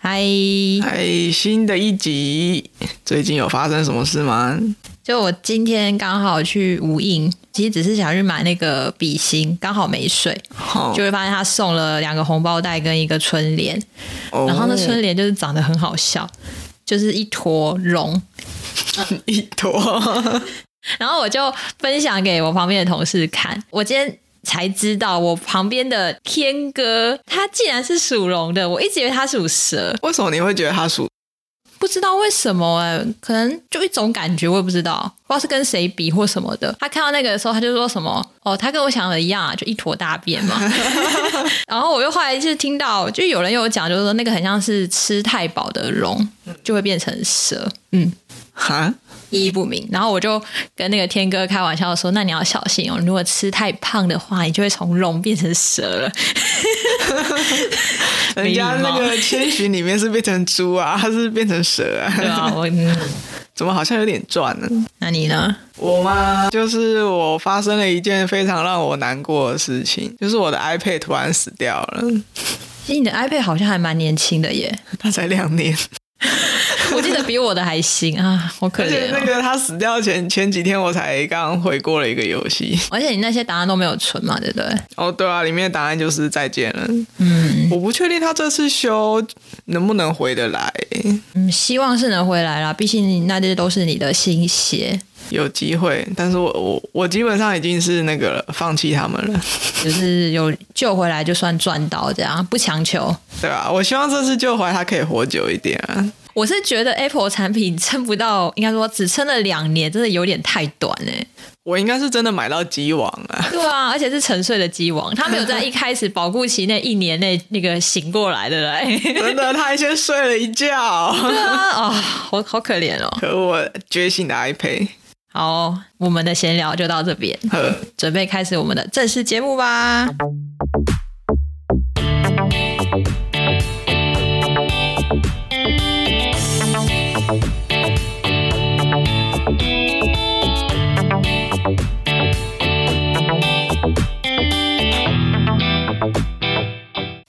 嗨，哎，新的一集，最近有发生什么事吗？就我今天刚好去无印，其实只是想去买那个笔芯，刚好没水，好就会发现他送了两个红包袋跟一个春联，哦然后那春联就是长得很好笑，就是一坨绒，哦一坨，然后我就分享给我旁边的同事看，我今天。才知道我旁边的天哥，他竟然是属龙的，我一直以为他属蛇，为什么你会觉得它属？不知道为什么哎、可能就一种感觉，我也不知道，不知道是跟谁比或什么的。他看到那个的时候，他就说什么哦，他跟我想的一样啊，就一坨大便嘛。然后我又后来就是听到，就有人有讲，就是说那个很像是吃太饱的龙，就会变成蛇，嗯，哈，意义不明。然后我就跟那个天哥开玩笑说，那你要小心哦，如果吃太胖的话，你就会从龙变成蛇了。没人礼貌家那个千寻里面是变成猪啊，它是变成蛇啊，对啊，我嗯，怎么好像有点赚呢？那你呢？我吗？就是我发生了一件非常让我难过的事情，就是我的 iPad 突然死掉了，其实你的 iPad 好像还蛮年轻的耶。它才两年， 我记得比我的还新啊，好可而且怜、哦。那个它死掉前前几天我才刚回过了一个游戏。而且你那些答案都没有存嘛，对不对？哦，对啊，里面的答案就是再见了。嗯 我不确定他这次修能不能回得来，嗯，希望是能回来啦，毕竟那些都是你的心血，有机会。但是我我我基本上已经是那个了，放弃他们了， 就是有救回来就算赚到，这样不强求。对吧、我希望这次救回来他可以活久一点啊。我是觉得 Apple 产品撑不到，应该说只撑了两年，真的有点太短哎、我应该是真的买到鸡网啊， 对啊，而且是沉睡的鸡王，他没有在一开始保护期那一年内那个醒过来的 嘞。真的，他还先睡了一觉， 对啊，啊、好好可怜哦。可我觉醒的 iPad，好，我们的闲聊就到这边。呵，准备开始我们的正式节目吧。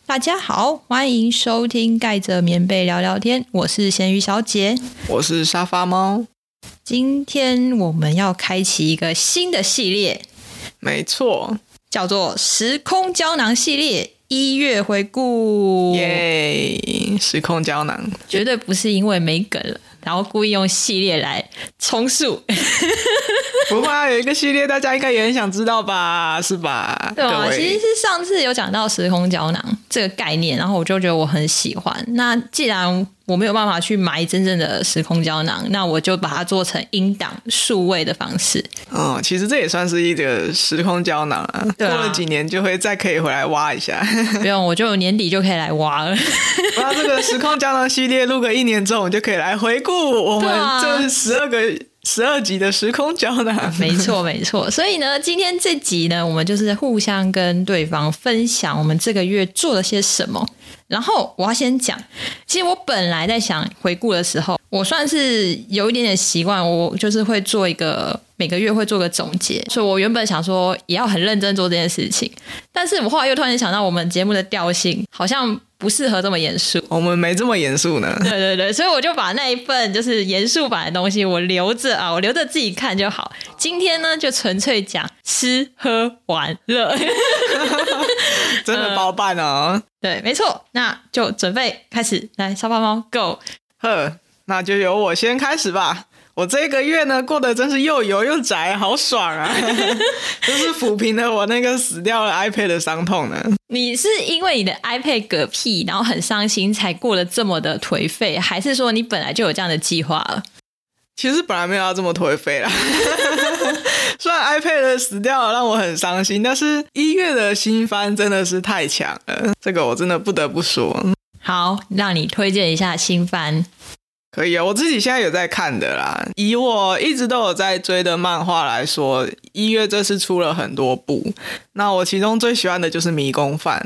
大家好，欢迎收听《盖着棉被聊聊天》，我是咸鱼小姐。我是沙发猫，今天我们要开启一个新的系列，没错，叫做《时空胶囊系列》一月回顾，耶、时空胶囊，绝对不是因为没梗了，然后故意用系列来充 数，不会、啊、有一个系列，大家应该也很想知道吧，是吧？对啊吧、各位其实是上次有讲到时空胶囊这个概念，然后我就觉得我很喜欢。那既然我没有办法去买真正的时空胶囊，那我就把它做成音档数位的方 式。嗯，其实这也算是一个时空胶囊啊。对啊过了几年就会再可以回来挖 一下。不用，我就年底就可以来挖了。那这个时空胶囊系列录个一年之后，我们就可以来回顾我对们啊这十二个十二集的时空胶囊。没错，没错。所以呢，今天这集呢，我们就是互相跟对方分享我们这个月做了些什么。然后我要先讲，其实我本来在想回顾的时候，我算是有一点点习惯，我就是会做一个每个月会做个总结，所以我原本想说也要很认真做这件事情，但是我后来又突然想到，我们节目的调性好像不适合这么严肃。我们没这么严肃呢。对对对，所以我就把那一份就是严肃版的东西我留着啊，我留着自己看就好。今天呢，就纯粹讲吃喝玩乐。 嗯真的包办哦。对，没错，那就准备开始，来沙发猫 go。呵，那就由我先开始吧。我这个月呢，过得真是又油又宅，好爽啊！ 就是抚平了我那个死掉了 iPad 的伤痛呢。你是因为你的 iPad 嗝屁，然后很伤心，才过得这么的颓废，还是说你本来就有这样的计划了？其实本来没有要这么颓废啦， 虽然 iPad 的死掉了让我很伤心，但是一月的新番真的是太强了，这个我真的不得不说。好，让你推荐一下新番。可以啊，我自己现在有在看的啦。以我一直都有在追的漫画来说，一月这次出了很多部，那我其中最喜欢的就是《迷宫饭》，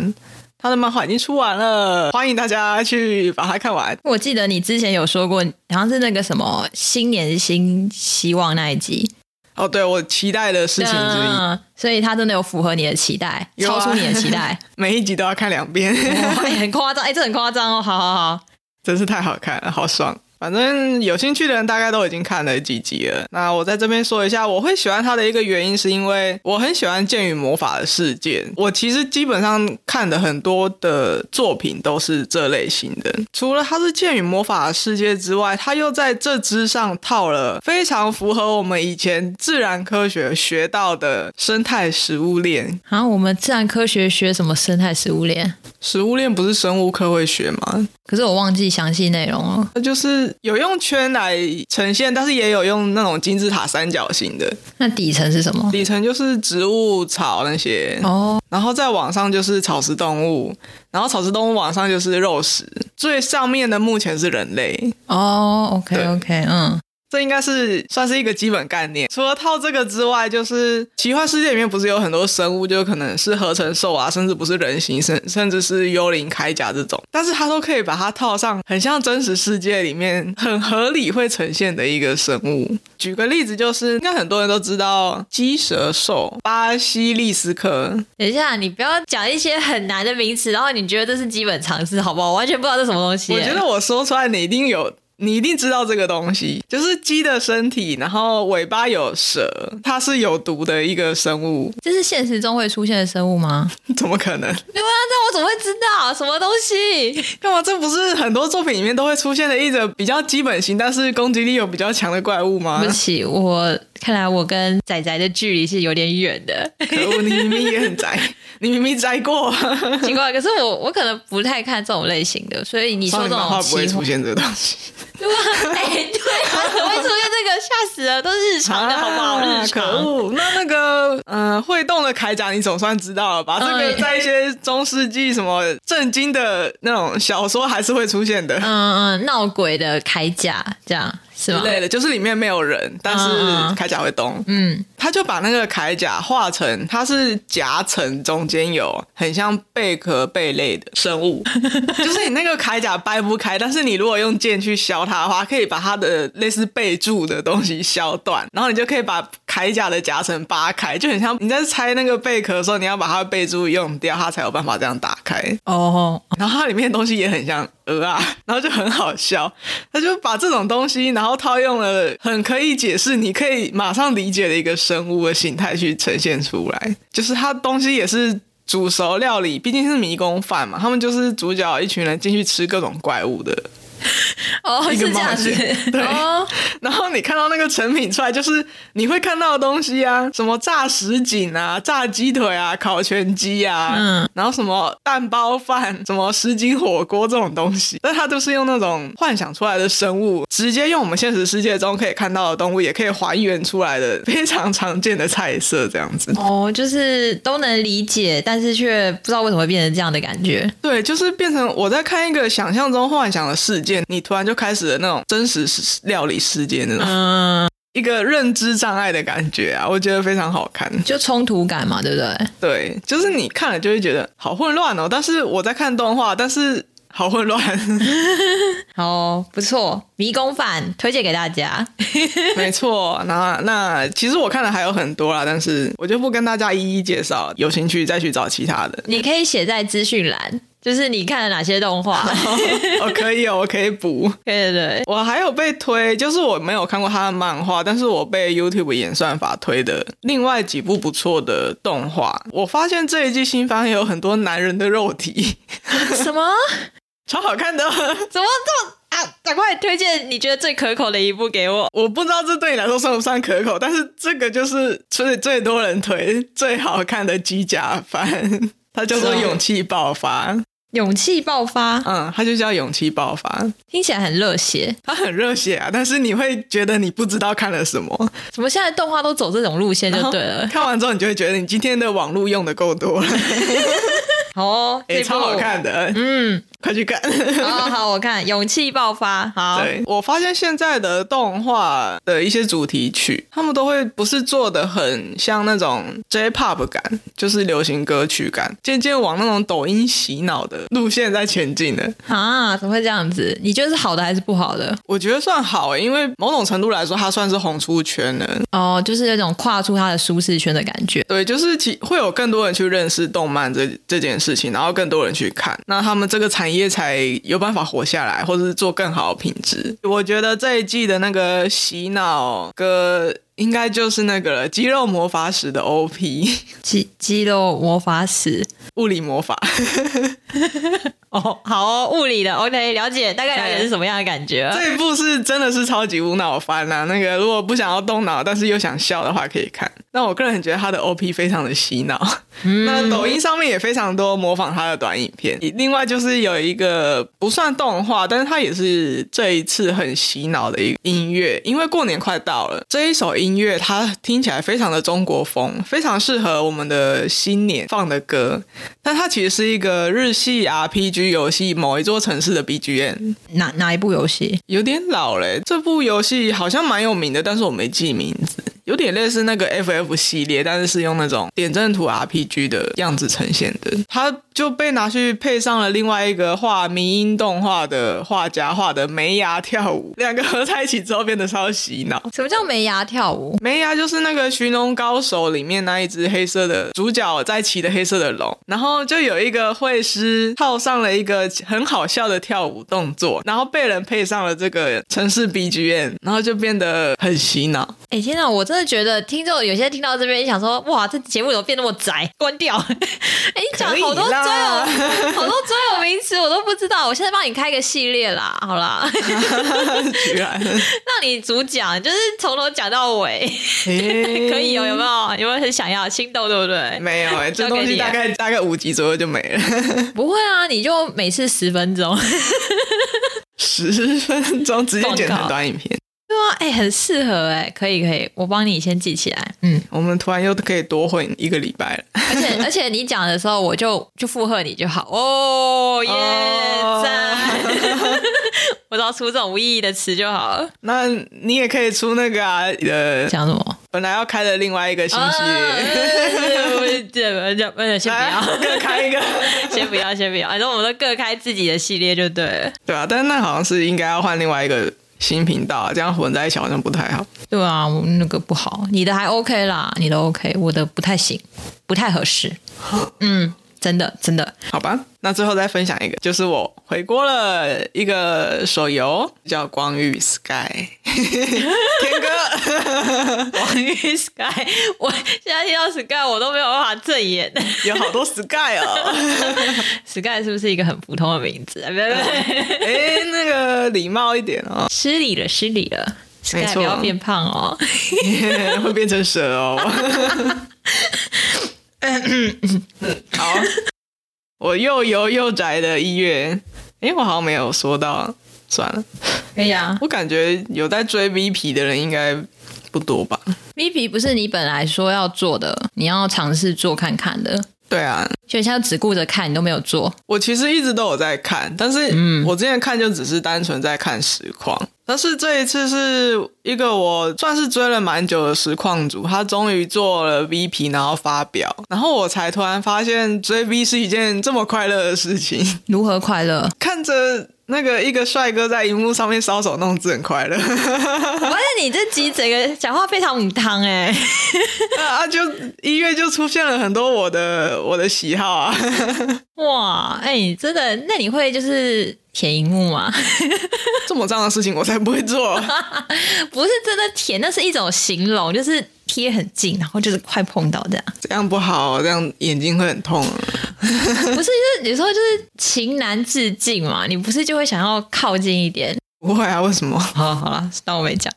他的漫画已经出完了，欢迎大家去把它看完。我记得你之前有说过，好像是那个什么新年新希望那一集，哦，对我期待的事情之一，嗯，所以它真的有符合你的期待，有超啊 出你的期待，欸每一集都要看两遍。哇，很夸张，哎、这很夸张哦，好好好，真是太好看了，好爽。反正有兴趣的人大概都已经看了几集了。那我在这边说一下，我会喜欢它的一个原因，是因为我很喜欢《剑与魔法》的世界。我其实基本上看的很多的作品都是这类型的。除了它是《剑与魔法》的世界之外，它又在这之上套了非常符合我们以前自然科学学到的生态食物链。啊，我们自然科学学什么生态食物链？食物链不是生物课会学吗？可是我忘记详细内容了。它就是有用圈来呈现，但是也有用那种金字塔三角形的，那底层是什么？底层就是植物、草那些，哦，然后再往上就是草食动物，然后草食动物往上就是肉食，最上面的目前是人类。哦，OK 对 OK，嗯，这应该是算是一个基本概念。除了套这个之外，就是奇幻世界里面不是有很多生物，就可能是合成兽啊，甚至不是人形，甚甚至是幽灵铠甲这种，但是它都可以把它套上，很像真实世界里面很合理会呈现的一个生物。举个例子，就是应该很多人都知道鸡舌兽、巴西利斯科，等一下，你不要讲一些很难的名词，然后你觉得这是基本常识，好不好？我完全不知道这什么东西。欸我觉得我说出来，你一定有，你一定知道这个东西，就是鸡的身体，然后尾巴有蛇，它是有毒的一个生物，这是现实中会出现的生物吗？ 怎么可能？对啊，那我怎么会知道什么东西？干嘛？这不是很多作品里面都会出现的一种比较基本型，但是攻击力有比较强的怪物吗对不？起，我看来我跟仔仔的距离是有点远的。可恶，你明明也很 宅，你明明宅过，奇怪，可是我我可能不太看这种类型的，所以你说少这女漫种画不会奇出幻，现这个东西。对啊， 哎、对啊，怎么会出现这个？吓死了，都是日常的好不好？ 啊日可常。恶！那那个，嗯、会动的铠甲你总算知道了吧？这个嗯在一些中世纪什么震惊的那种小说还是会出现的。嗯嗯，闹鬼的铠甲这样是之吗？类的，就是里面没有人，但是嗯嗯铠甲会动。嗯，他就把那个铠甲画成，它是夹层中间有很像贝壳贝类的生物，就是你那个铠甲掰不开，但是你如果用剑去削它的话，可以把它的类似贝柱的东西削断，然后你就可以把铠甲的夹层扒开，就很像你在拆那个贝壳的时候，你要把它的贝柱用掉，它才有办法这样打开。哦，然后它里面的东西也很像鹅啊，然后就很好笑。他就把这种东西，然后套用了很可以解释、你可以马上理解的一个生物的形态去呈现出来，就是它东西也是。煮熟料理毕竟是迷宫饭嘛，他们就是主角一群人进去吃各种怪物的，哦，一个是这样子冒险，对哦，然后你看到那个成品出来，就是你会看到的东西啊，什么炸什锦啊、炸鸡腿啊、烤全鸡啊，嗯，然后什么蛋包饭、什么什锦火锅这种东西，但它都是用那种幻想出来的生物，直接用我们现实世界中可以看到的动物，也可以还原出来的非常常见的菜色这样子。哦，就是都能理解，但是却不知道为什么会变成这样的感觉。对，就是变成我在看一个想象中幻想的世界，你突然就开始了那种真实世料理世界那种、嗯，一个认知障碍的感觉啊，我觉得非常好看。就冲突感嘛，对不对？对，就是你看了就会觉得好混乱哦。但是我在看动画，但是好混乱，好哦、不错，迷宫饭推荐给大家。没错。那那其实我看的还有很多啦，但是我就不跟大家一一介绍了，有兴趣再去找其 他的。你可以写在资讯栏，就是你看了哪些动 画。我、哦、可以哦，我可以补。对对对，我还有被推，就是我没有看过他的漫画，但是我被 YouTube 演算法推的另外几部不错的动画。我发现这一季新番有很多男人的肉体， 什么？超好看的。怎么这么啊？赶快推荐你觉得最可口的一部给我。我不知道这对你来说算不算可口，但是这个就是最最多人推、最好看的机甲番，它叫做是哦勇气爆发。勇气爆发，嗯，它就叫勇气爆发。听起来很热血。它很热血啊，但是你会觉得你不知道看了什么，怎么现在动画都走这种路线就对然后了？看完之后，你就会觉得你今天的网络用的够多了，好哦，也、这部哎超好。看的，嗯，快去看。好好，我看《勇气爆发》 好，对，我发现现在的动画的一些主题曲，他们都会不是做的很像那种 J-pop 感，就是流行歌曲感，渐渐往那种抖音洗脑的路线在前进的。啊，怎么会这样子？你觉得是好的还是不好的？我觉得算好、欸，因为某种程度来说，它算是红出圈了。哦，就是有种跨出他的舒适圈的感觉。对，就是其会有更多人去认识动漫这这件事情，然后更多人去看，那他们这个产产业才有办法活下来，或者是做更好的品质。我觉得这一季的那个洗脑歌，应该就是那个了肌肉魔法使的 OP 肌肌肉魔法使物理魔法。哦，好哦，物理的 OK，了解，大概了解是什么样的感觉。这一部是真的是超级无脑番呐、那个如果不想要动脑，但是又想笑的话，可以看。但我个人觉得他的 OP 非常的洗脑，那抖音上面也非常多模仿他的短影片。另外就是有一个不算动画，但是它也是这一次很洗脑的一个音乐，因为过年快到了，这一首音乐它听起来非常的中国风，非常适合我们的新年放的歌。但它其实是一个日系 RPG 游戏某一座城市的 BGM。哪哪一部游戏？有点老嘞、这部游戏好像蛮有名的，但是我没记名字，有点类似那个 FF 系列，但是是用那种点阵图 RPG 的样子呈现的。它就被拿去配上了另外一个画迷音动画的画家画的梅牙跳舞，两个合在一起之后变得超洗脑。哦什么叫没牙跳舞？梅牙就是那个《寻龙高手》里面那一只黑色的主角在骑的黑色的龙，然后就有一个会师套上了一个很好笑的跳舞动作，然后被人配上了这个城市 BGM，然后就变得很洗脑。哎、天哪！我真的觉得听众有些听到这边想说，哇，这节目怎么变那么窄？关掉！ 哎、你讲可以哦好多专 啦有好多专有名词，我都不知道。我现在帮你开个系列啦，好啦， 哦 居然，让你主讲，就是从头讲到尾，可可以哦，有 没有？有没有很想要心动，对不对？没有哎、这交东给西你啊大概大概五集左右就没了， 不会啊，你就每次十分钟，十分钟直接剪广告成短影片。 对啊，哎、很适合哎、可以可以，我帮你先记起来，嗯。我们突然又可以多混一个礼拜了。而且而且你讲的时候，我就就附和你就好。哦耶哦赞！我只要出这种无意义的词就好了。那你也可以出那个啊，你的讲什么？本来要开的另外一个新系列，我这这呃先呃不来要，各开一个，先不要，先不要。反正我们都各开自己的系列就对了。 对啊，但是那好像是应该要换另外一个新频道啊，这样混在一起好像不太好。对啊，我那个不好，你的还 OK 啦，你的 OK，我的不太行，不太合适。嗯，真的真的，好吧，那最后再分享一个，就是我回锅了一个手游，叫《光遇 Sky》，天哥，王玉 Sky，我现在听到 Sky 我都没有办法正眼。有好多 Sky 哦。 Sky 是不是一个很普通的名 字？没有没有没有哎、那个礼貌一点哦，失礼了，失礼了。没 Sky 错不要变胖哦。 会变成蛇哦。好，我又油又宅的一月，哎、我好像没有说到，算了。 可以啊我感觉有在追 V P 的人应该不多吧？ ，Vivi 不是你本来说要做的，你要尝试做看看的，对啊，就现在只顾着看，你都没有做。我其实一直都有在看，但是我之前看就只是单纯在看实况，但是这一次是一个我算是追了蛮久的实况主，他终于做了 V P，然后发表，然后我才突然发现追 V 是一件这么快乐的事情， 如何快乐？看着。那个一个帅哥在荧幕上面搔首弄姿很快乐， 我发现你这集整个讲话非常母汤哎，啊，就一月就出现了很多我的我的喜好啊， 哇哎、你真的，那你会就是舔荧幕吗？ 这么脏的事情我才不会做。 不是真的舔，那是一种形容，就是贴很近，然后就是快碰到这样。这样不好，这样眼睛会很痛。 不是，就是有时候就是情难自禁嘛，你不是就会想要靠近一点？不会啊，为什么？好了好了，当我没讲。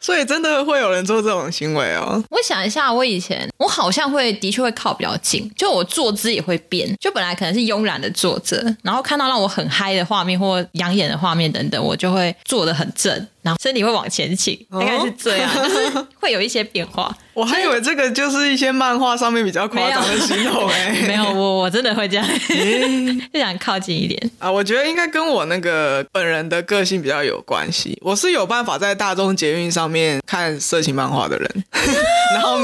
所以真的会有人做这种行为哦。我想一下，我以前我好像会的确会靠比较近，就我坐姿也会变，就本来可能是慵懒的坐着，然后看到让我很嗨的画面或养眼的画面等等，我就会坐得很正，然后身体会往前倾，哦大概是这样，就是会有一些变化。我还以为这个就是一些漫画上面比较夸张的行动哎、没 有，我我真的会这样， 诶就想靠近一点。 啊，我觉得应该跟我那个本人的个性比较有关系。我是有办法在大众捷运上面看色情漫画 的人，然后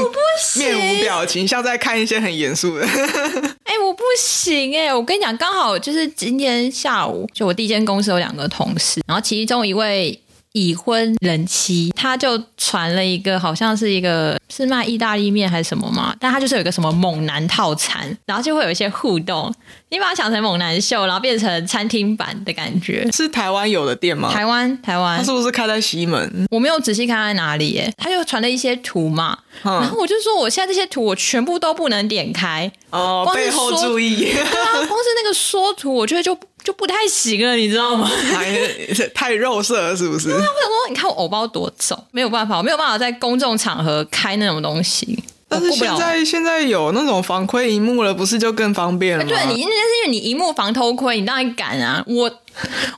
面无表情，像在看一些很严肃的。 哎、我不行哎、我跟你讲，刚好就是今天下午，就我第一间公司有两个同事，然后其中一位。已婚人妻，她就传了一个好像是一个是卖意大利面还是什么嘛，但她就是有一个什么猛男套餐，然后就会有一些互动，你把它想成猛男秀，然后变成餐厅版的感觉。是台湾有的店吗？台湾，台湾它，是不是开在西门？我没有仔细看在哪里耶，他就传了一些图嘛，然嗯，后我就说我现在这些图我全部都不能点开，哦，光是背后说 注意，对啊，光是那个缩图，我觉得就就不太行了，你知 道吗？太 太肉色了，是不是？我想说，你看我偶包多重，没有办法，我没有办法在公众场合开那种东西，我但是过不现了。哎在现在有那种防窥荧幕了，不是就更方便了吗？哎对啊你，那是因为你一幕防偷窥，你当然敢啊！我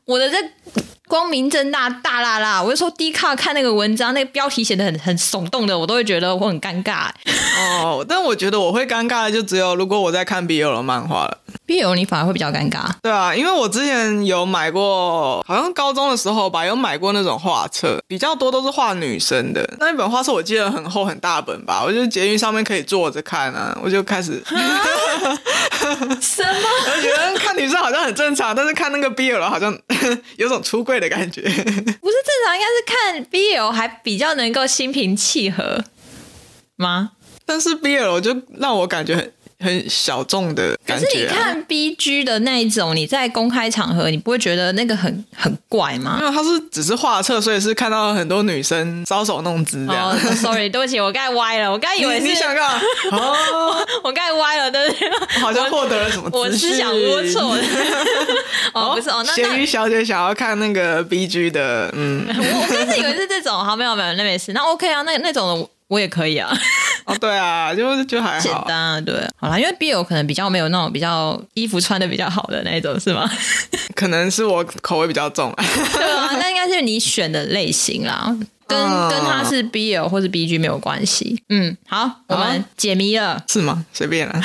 我的这光明正大大啦啦，我就说低卡看那个文章，那个标题写的很很耸动的，我都会觉得我很尴尬。哦，但我觉得我会尴尬的就只有如果我在看 BL 的漫画了。毕业你反而会比较尴尬。对啊，因为我之前有买过，好像高中的时候吧，有买过那种画册，比较多都是画女生的。那一本画册我记得很厚很大本吧，我就捷运上面可以坐着看啊，我就开始什么？ 我觉得看女生好像很正常，但是看那个 BL 好像 有种出柜的感觉。不是正常，应该是看 BL 还比较能够心平气和吗？但是 BL 就让我感觉很很小众的可感是你觉、啊。看 BG 的那一种，你在公开场合，你不会觉得那个很很怪吗？没有，他是只是画册，所以是看到很多女生搔首弄嗯姿这样。哦、s o r r y 对不起，我刚才歪了，我刚才以为你你是，想 干嘛？哦，我刚才歪了， 对不对？好像获得了什么我资思讯想龌 龊。哦，不是哦，那咸那鱼小姐想要看那个 B G 的， 嗯，我我刚才以为是这种，好，没有没有，那没事，那 OK 啊，那那种的我我也可以啊。哦，对啊，就就还简好，单啊，对，好啦，因为 BL 可能比较没有那种比较衣服穿的比较好的那一种，是吗？可能是我口味比较重，对啊，那应该是你选的类型啦，跟、嗯跟他是 BL 或是 BG 没有关系。嗯，好，我们解谜了。是吗？随 便啦，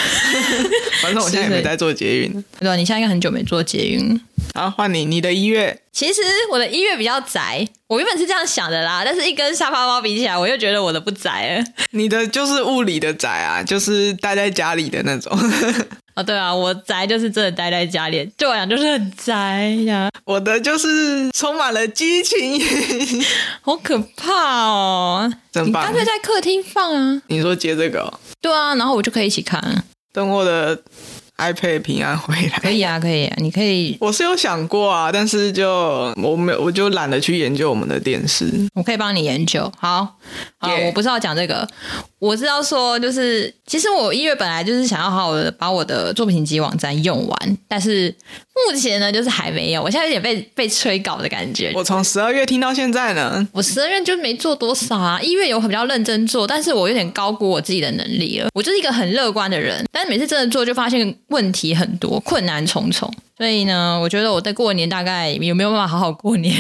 反正我现在也没在做捷运。对，你现在应该很久没做捷运。好，换你，你的一月其实我的音乐比较宅，我原本是这样想的啦，但是一跟沙发包比起来，我又觉得我的不宅了。你的就是物理的宅啊，就是待在家里的那种。 哦，对啊，我宅就是真的待在家里，对我来讲就是很宅呀、我的就是充满了激情， 好可怕哦！真你棒干！脆在客厅放啊，你说接这个、哦，对啊，然后我就可以一起看，等我的 iPad 平安回来。可以啊，可以、啊，你可以我是有想过啊，但是就我没有，我就懒得去研究我们的电视。我可以帮你研究。好，好 Yeah 我不是要讲这个，我是要说，就是其实我一月本来就是想要好好的把我的作品集网站用完，但是目前呢，就是还没有，我现在有点被被催稿的感觉。我从十二月听到现在呢，我十二月就没做多少啊，一月有比较认真做，但是我有点高估我自己的能力了。我就是一个很乐观的人，但是每次真的做就发现问题很多，困难重重。所以呢，我觉得我在过年大概有没有办法好好过年？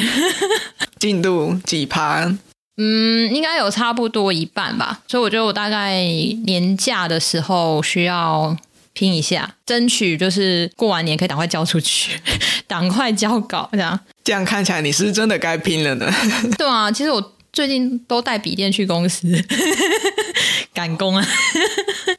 进度几趴？嗯，应该有差不多一半吧，所以我觉得我大概年假的时候需要拼一下，争取就是过完年可以赶快交出去， 赶快交稿这样。这样看起来你是真的该拼了 呢。对啊，其实我最近都带笔电去公司 赶工啊，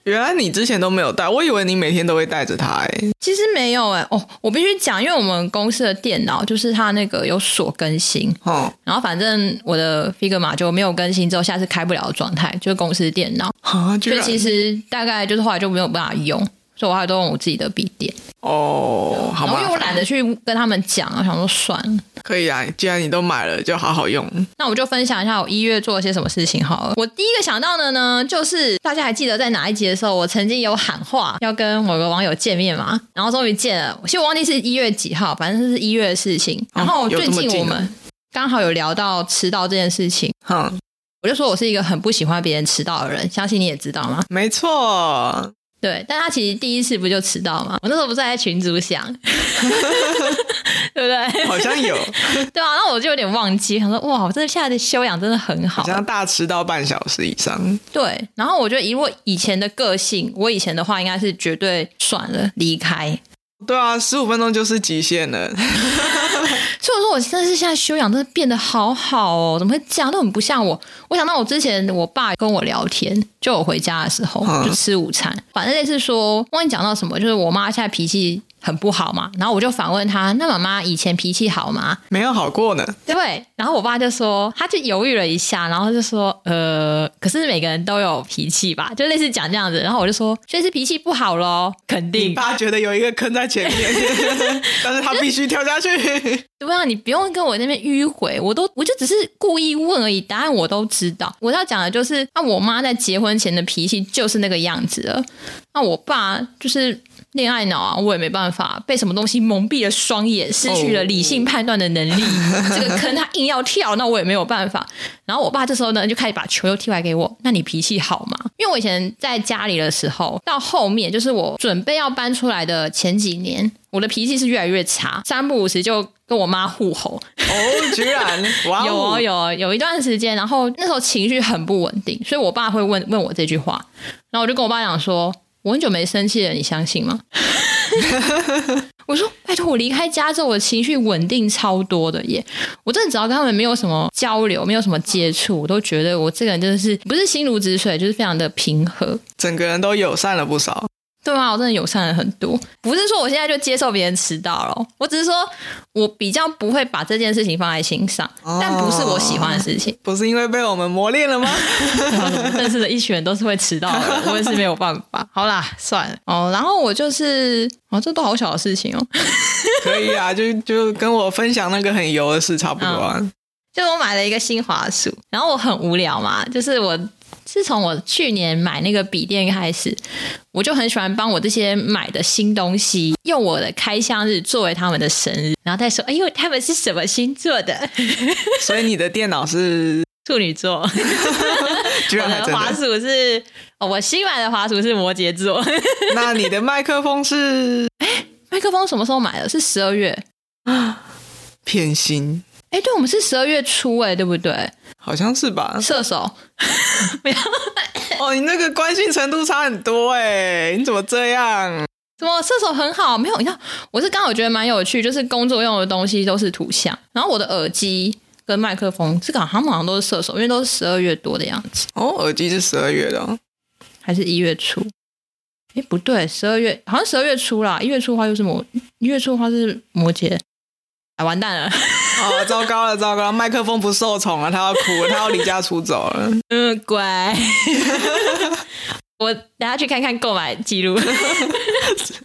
原来你之前都没有带，我以为你每天都会带着它、欸。其实没有哎、哦，我必须讲，因为我们公司的电脑就是它那个有锁更新，哦，然后反正我的 Figma 就没有更新之后，下次开不了的状态，就是公司电脑。啊，居 所以然其实大概就是后来就没有办法用，所以我还都用我自己的笔电。哦，好然后因为我吗？懒得去跟他们讲，我想说算了，可以啊，既然你都买了，就好好用。那我就分享一下我一月做了些什么事情好了。我第一个想到的呢，就是大家还记得在哪一集的时候，我曾经有喊话要跟某个网友见面嘛，然后终于见了。其实我忘记是一月几号，反正是一月的事情。然后哦有最这么近近我啊们刚好有聊到迟到这件事情。哼、我就说我是一个很不喜欢别人迟到的人，相信你也知道嘛。没错，对，但他其实第一次不就迟到吗？我那时候不是还在群组想， 对不 对？好像 有，对啊，那我就有点忘记，想说哇，我这现在的修养真的很好好。像大迟到半小时以上。对，然后我觉得以我以前的个性，我以前的话应该是绝对算了离开。对啊，十五分钟就是极限了。所以我说，我真的是现在修养真的变得好好哦，怎么会这样？都很不像我。我想到我之前我爸跟我聊天，就我回家的时候嗯就吃午餐，反正类似说忘记讲到什么，就是我妈现在脾气很不好嘛。然后我就反问他，那妈妈以前脾气好吗？没有好过呢。对，然后我爸就说，他就犹豫了一下，然后就说，呃，可是每个人都有脾气吧，就类似讲这样子。然后我就说，所以是脾气不好咯，肯你定。爸觉得有一个坑在 前面，但是他必须跳下去。对啊，你不用跟我那边迂回，我都我就只是故意问而已，答案我都知道。我要讲的就是，那我妈在结婚前的脾气就是那个样子了，那我爸就是恋爱脑啊，我也没办法，被什么东西蒙蔽了双眼，失去了理性判断的能力。这个坑他硬要跳，那我也没有办法。然后我爸这时候呢，就开始把球又踢回来给我。那你脾气好吗？因为我以前在家里的时候，到后面就是我准备要搬出来的前几年，我的脾气是越来越差，三不五时就跟我妈互吼。哦，居然哇、有哦哦！有哦有一段时间，然后那时候情绪很不稳定，所以我爸会问问我这句话，然后我就跟我爸讲说，我很久没生气了，你相信吗？ 我说拜托，我离开家之后，我的情绪稳定超多的耶！我真的只要跟他们没有什么交流，没有什么接触，我都觉得我这个人真的是不是心如止水，就是非常的平和。整个人都友善了不少。对啊，我真的友善了很多。不是说我现在就接受别人迟到了，我只是说我比较不会把这件事情放在心上，哦但不是我喜欢的事情。不是因为被我们磨练 了吗？我们认识的一群人都是会迟到的人，我也是没有办法。 好啦，算了哦。然后我就是，哦，这都好小的事情哦。可以啊，就就跟我分享那个很油的事差不多啊。 就是我买了一个新滑鼠，然后我很无聊嘛，就是我自从我去年买那个笔电开始，我就很喜欢帮我这些买的新东西，用我的开箱日作为他们的生日，然后再说，哎呦，他们是什么星座的？所以你的电脑 是处女座。居我然还的真滑的？鼠是，哦，我新买的滑鼠是摩羯 座。 那你的麦克风是麦克风什么时候买的？是十二月。偏心，哎、对，我们是十二月初哎、对不对？好像是吧？ 射手，不要，哦，你那个关心程度差很多哎，你怎么这样？怎么射手很好？没有，你看，我是刚好觉得蛮有趣，就是工作用的东西都是图像，然后我的耳机跟麦克风，这个好像好像都是射手，因为都是十二月多的样子，哦，耳机是十二月的哦、还是一月初？哎，不对，十二月好像十二月初啦，一月初的话又是摩，一月初的话是摩羯，啊，完蛋了。 哦，糟糕了，糟糕了，麦克风不受宠了，他要哭了，他要离家出走了。 嗯，乖。 我等下去看看购买记录，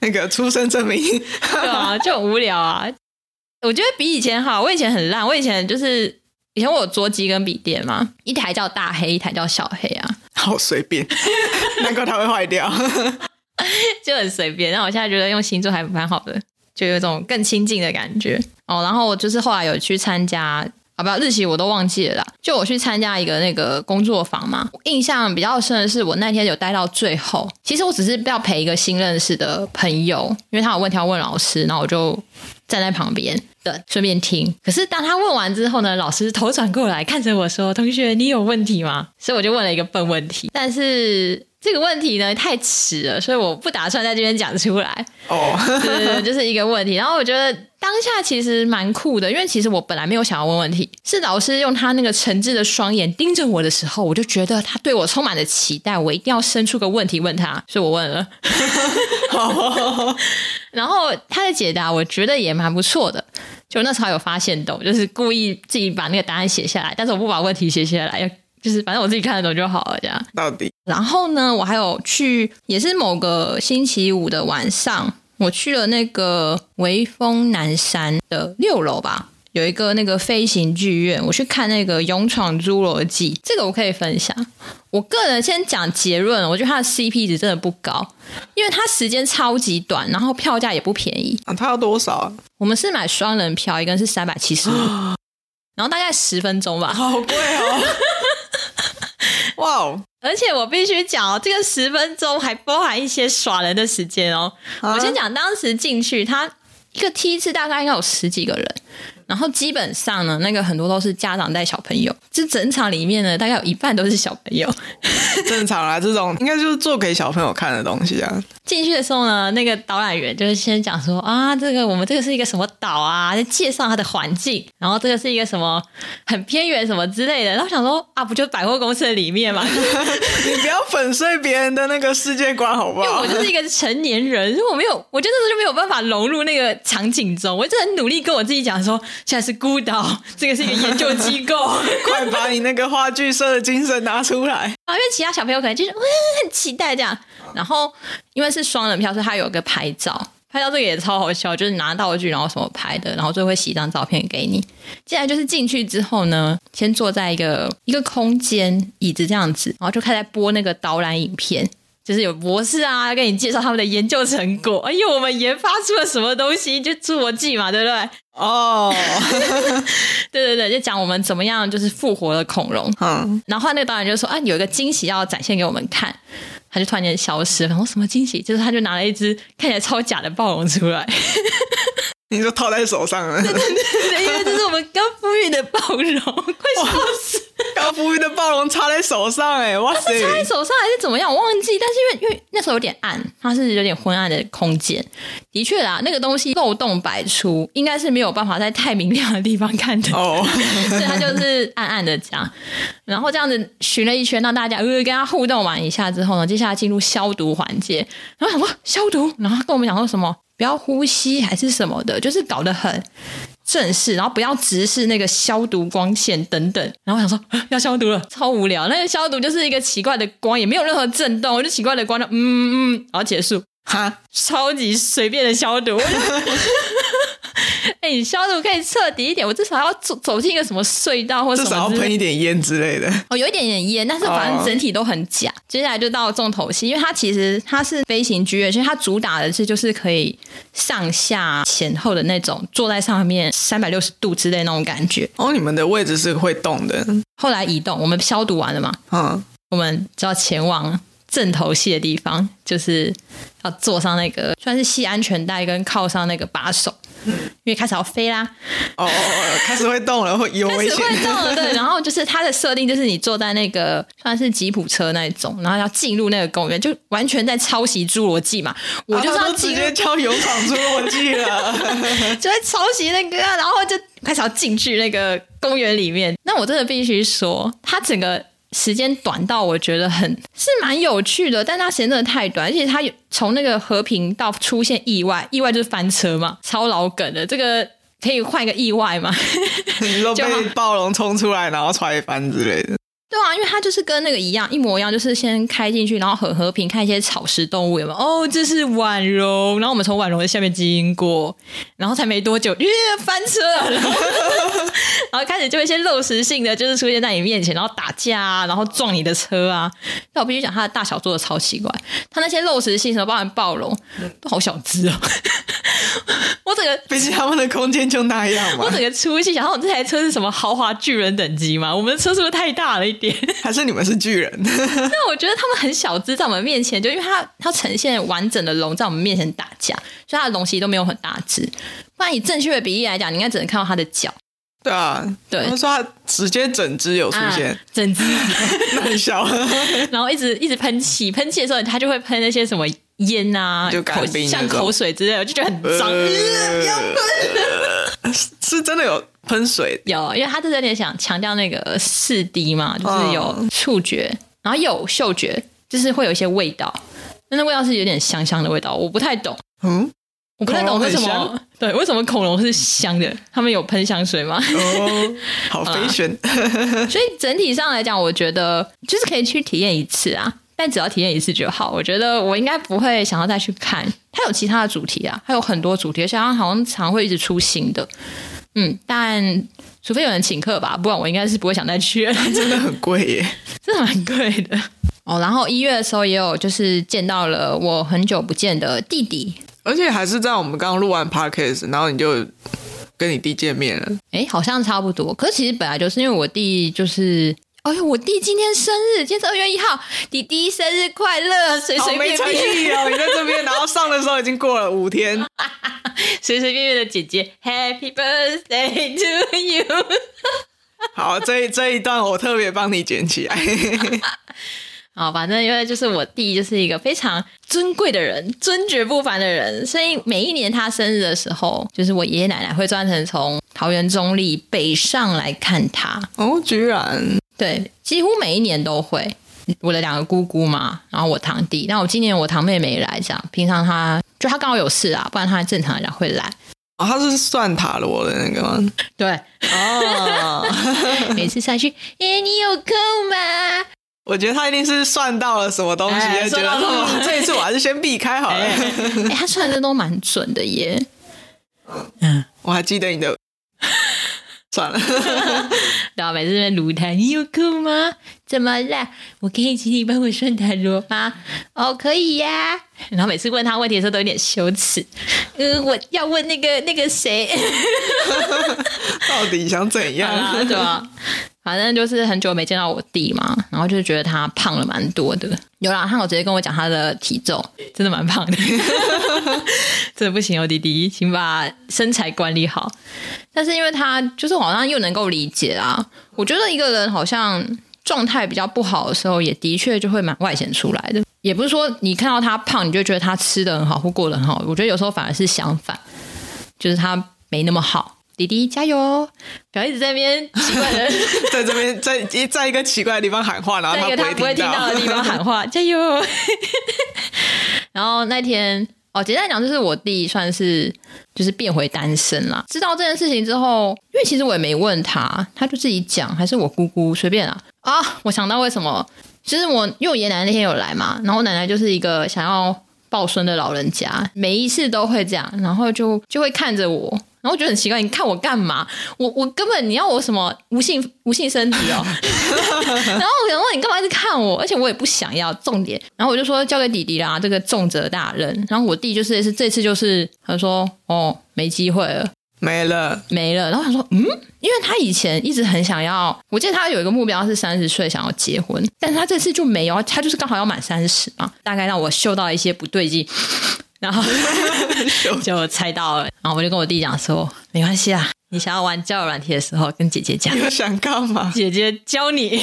那个出生证明， 对啊，就很无聊啊。我觉得比以前好，我以前很烂，我以前就是以前我有桌机跟笔电嘛，一台叫大黑，一台叫小黑啊，好随便， 难怪它会坏掉。 就很随便。然后我现在觉得用星座还蛮好的，就有一种更亲近的感觉哦。然后我就是后来有去参加。啊，不，日期我都忘记了啦。就我去参加一个那个工作坊嘛，印象比较深的是我那天有待到最后。其实我只是要陪一个新认识的朋友，因为他有问题要问老师，然后我就站在旁边等，顺便听。可是当他问完之后呢，老师头转过来看着我说：“同学，你有问题吗？”所以我就问了一个笨问题，但是这个问题呢太迟了，所以我不打算在这边讲出来。哦， 对对对，就是一个问题。然后我觉得当下其实蛮酷的，因为其实我本来没有想要问问题，是老师用他那个诚挚的双眼盯着我的时候，我就觉得他对我充满了期待，我一定要生出个问题问他，所以我问了。 然后他的解答我觉得也蛮不错的，就那时候有发现懂，就是故意自己把那个答案写下来，但是我不把问题写下来，就是反正我自己看得懂就好了，这样。到底然后呢，我还有去，也是某个星期五的晚上，我去了那个微风南山的六楼吧，有一个那个飞行剧院，我去看那个《勇闯侏罗纪》，这个我可以分享。我个人先讲结论，我觉得它的 CP 值真的不高，因为它时间超级短，然后票价也不便宜。啊，它要多少啊？我们是买双人票，一个人是三百七十五，然后大概十分钟吧。好贵哦！ 哇哦，而且我必须讲哦，这个十分钟还包含一些耍人的时间哦。啊我先讲当时进去，他一个梯次大概应该有十几个人，然后基本上呢，那个很多都是家长带小朋友，这整场里面呢，大概有一半都是小朋友。 正常啦，这种应该就是做给小朋友看的东西 啊。进去的时候呢，那个导览员就是先讲说啊，这个我们这个是一个什么岛啊，在介绍它的环境，然后这个是一个什么很偏远什么之类的。然后想说啊，不就百货公司的里面嘛，你不要粉碎别人的那个世界观，好不因为好我？就是一个成年人， 所以我没有，我就那时候就没有办法融入那个场景中。我一直很努力跟我自己讲说，现在是孤岛，这个是一个研究机构啊， 快把你那个话剧社的精神拿出来。因为其他小朋友可能就是哇呃很期待这样。然后因为是双人票，所以他有个拍照。拍照这个也超好笑，就是拿道具，然后什么拍的，然后最后会洗一张照片给你。接下来就是进去之后呢，先坐在一个一个空间椅子这样子，然后就开始在播那个导览影片，就是有博士啊跟你介绍他们的研究成果，哎呦，我们研发出了什么东西，就侏罗纪嘛，对不对？哦，对对对，就讲我们怎么样就是复活了恐龙。 嗯，然后那个导演就说：“啊，有一个惊喜要展现给我们看。”他就突然间消失了，然后什么惊喜？就是他就拿了一只看起来超假的暴龙出来，你就套在手上 了。因为这是我们刚孵育的暴龙，快笑死！高富裕的暴龙插在手上、哎，哇塞！插在手上还是怎么样，我忘记。但是因为因为那时候有点暗，它是有点昏暗的空间，的确啦，那个东西漏洞百出，应该是没有办法在太明亮的地方看的。哦，所以他就是暗暗的讲，然后这样子巡了一圈，让大家呃跟他互动完一下之后呢，接下来进入消毒环节。然后想说消毒，然后他跟我们讲说什么不要呼吸还是什么的，就是搞得很正式，然后不要直视那个消毒光线等等。然后我想说啊要消毒了，超无聊。那个消毒就是一个奇怪的光，也没有任何震动，就奇怪的光就嗯嗯，然后结束。 哈，超级随便的消毒。我 就哎、你消毒可以彻底一点，我至少要走走进一个什么隧道或什至少么要之类喷一点烟之类的。哦，有一点点烟，但是反正整体都很假。接下来就到重头戏，因为它其实它是飞行剧院，所以它主打的是就是可以上下前后的那种，坐在上面三百六十度之类那种感觉。哦，你们的位置是会动的，后来移动，我们消毒完了嘛，嗯，我们就要前往正头戏的地方，就是要坐上那个算是系安全带跟靠上那个把手，嗯因为开始要飞啦，哦哦哦，开始会动了，会有开危始险。会动了。对，然后就是它的设定就是你坐在那个算是吉普车那一种，然后要进入那个公园，就完全在抄袭《侏罗纪》嘛，我就是啊他要都直进入接叫油厂出逻辑 了。就在抄袭那个、啊，然后就开始要进去那个公园里面。那我真的必须说，它整个时间短到我觉得很是蛮有趣的，但它时间真的太短，而且它有从那个和平到出现意外，意外就是翻车嘛，超老梗的。这个可以换一个意外吗？你说就被好暴龙冲出来，然后踹翻之类的。对啊，因为它就是跟那个一样，一模一样，就是先开进去，然后很和平看一些草食动物有没有？哦，这是婉容，然后我们从婉容的下面经过，然后才没多久，耶，翻车了， 然后然后开始就一些肉食性的，就是出现在你面前，然后打架啊，然后撞你的车啊。但我必须讲，它的大小做的超奇怪，它那些肉食性什么包含暴龙都好小只哦， 我整个毕竟他们的空间就那样我嘛。整个出去想，我这台车是什么豪华巨人等级吗？我们的车是不是太大了一点？还是你们是巨人？但我觉得他们很小只，在我们面前，就因为它它呈现完整的龙在我们面前打架，所以它的龙其实都没有很大只。不然以正确的比例来讲，你应该只能看到它的脚。对啊，对他说他直接整只有出现啊，、整只， 那很小， 然后一直一直喷气，喷气的时候它就会喷那些什么烟啊，就干口冰那像种口水之类的，我就觉得很脏。 呃是真的有喷水有，因为它这有点想强调那个四 D 嘛，就是嗯有触觉，然后有嗅觉，就是会有一些味道，但那味道是有点香香的味道，我不太懂。嗯，我不太懂为什恐龙很么对为什么恐龙是香的？他们有喷香水 吗？哦，好飞旋，所以整体上来讲，我觉得就是可以去体验一次啊，但只要体验一次就好。我觉得我应该不会想要再去看。它有其他的主题啊，它有很多主题，而且它好像常会一直出新的。嗯，但除非有人请客吧，不然我应该是不会想再去了。真的很贵耶。真的蛮贵的。哦，然后一月的时候也有，就是见到了我很久不见的弟弟。而且还是在我们刚录完 podcast，然后你就跟你弟见面了。哎，好像差不多。可是其实本来就是因为我弟就是哎呦，我弟今天生日，今天是二月一号，弟弟生日快乐，随好随没便诚便，意 哦！你在这边，然后上的时候已经过了五天，随随便便的姐姐，Happy birthday to you。 好，这一这一段我特别帮你捡起来。 好，反正因为就是我弟就是一个非常尊贵的人，尊爵不凡的人，所以每一年他生日的时候，就是我爷爷奶奶会专程从桃园中立北上来看他。哦，居然对，几乎每一年都会。我的两个姑姑嘛，然后我堂弟，那我今年我堂妹没来，这样平常她就她刚好有事啊，不然她正常来讲会来。哦，他是算塔罗的那个吗？对，哦， 每次下去，哎、你有空吗？我觉得他一定是算到了什么东西，哎觉算到得什么嗯这一次我还是先避开好了。 哎、她算的都蛮准的耶。嗯我还记得你 的，算了， 然后每次在那边撸他，你有空吗？怎么了？我可以请你帮我算塔罗吗？哦，可以呀、然后每次问他问题的时候都有点羞耻，嗯，我要问那个那个谁，到底想怎好啦样？啊对吧？反正就是很久没见到我弟嘛，然后就觉得他胖了蛮多的。有啦，他有直接跟我讲他的体重，真的蛮胖的。 真的不行哦，弟弟，请把身材管理好。但是因为他就是我好像又能够理解啊，我觉得一个人好像状态比较不好的时候，也的确就会蛮外显出来的。也不是说你看到他胖，你就觉得他吃的很好或过得很好。我觉得有时候反而是相反，就是他没那么好。弟弟加油哦！不要一直在那边奇怪的 在这边，在一在一个奇怪的地方喊话，然后在一个他不不会听到的地方喊 话，加油！然后那天哦，简单讲就是我弟算是就是变回单身啦。知道这件事情之后，因为其实我也没问他，他就自己讲，还是我姑姑随便啊啊！我想到为什么，就是我因为我爷爷奶奶那天有来嘛，然后我奶奶就是一个想要抱孙的老人家，每一次都会这样，然后就就会看着我。然后我觉得很奇怪，你看我干嘛？我我根本你要我什么无性无性生殖哦？然后我想说你干嘛一直看我？而且我也不想要，重点。然后我就说交给弟弟啦，这个重责大任。然后我弟就是是这次就是他说哦没机会了，没了。没了。然后他说嗯，因为他以前一直很想要，我记得他有一个目标是三十岁想要结婚，但是他这次就没有，啊他就是刚好要满三十嘛，大概让我嗅到一些不对劲，然后就猜到了。然后我就跟我弟讲说没关系啊，你想要玩交友软体的时候跟姐姐讲你，又想干嘛？姐姐教你。